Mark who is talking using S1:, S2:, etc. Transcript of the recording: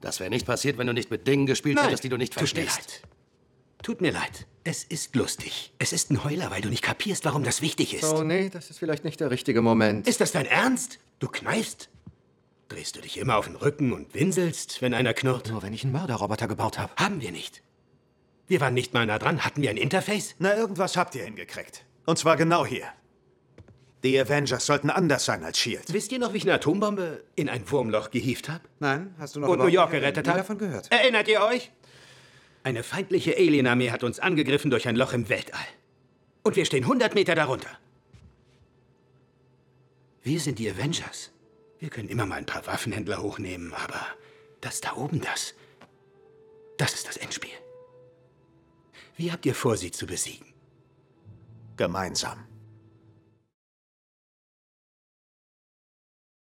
S1: Das wäre nicht passiert, wenn du nicht mit Dingen gespielt hättest, die du nicht verstehst.
S2: Tut mir leid. Es ist lustig. Es ist ein Heuler, weil du nicht kapierst, warum das wichtig ist.
S3: Oh nee, das ist vielleicht nicht der richtige Moment.
S2: Ist das dein Ernst? Du kneifst? Drehst du dich immer auf den Rücken und winselst, wenn einer knurrt?
S1: Oh.
S3: Nur wenn ich einen Mörderroboter gebaut habe.
S2: Haben wir nicht. Wir waren nicht mal nah dran. Hatten wir ein Interface?
S4: Na, irgendwas habt ihr hingekriegt. Und zwar genau hier. Die Avengers sollten anders sein als Shield.
S2: Wisst ihr noch, wie ich eine Atombombe in ein Wurmloch gehievt habe?
S3: Nein, hast du noch
S2: Und New
S3: überhaupt
S2: York gerettet
S3: nie
S2: habe?
S3: davon gehört?
S2: Erinnert ihr euch? Eine feindliche Alienarmee hat uns angegriffen durch ein Loch im Weltall. Und wir stehen 100 Meter darunter. Wir sind die Avengers. Wir können immer mal ein paar Waffenhändler hochnehmen, aber das da oben, das. Das ist das Endspiel. Wie habt ihr vor, sie zu besiegen?
S4: Gemeinsam.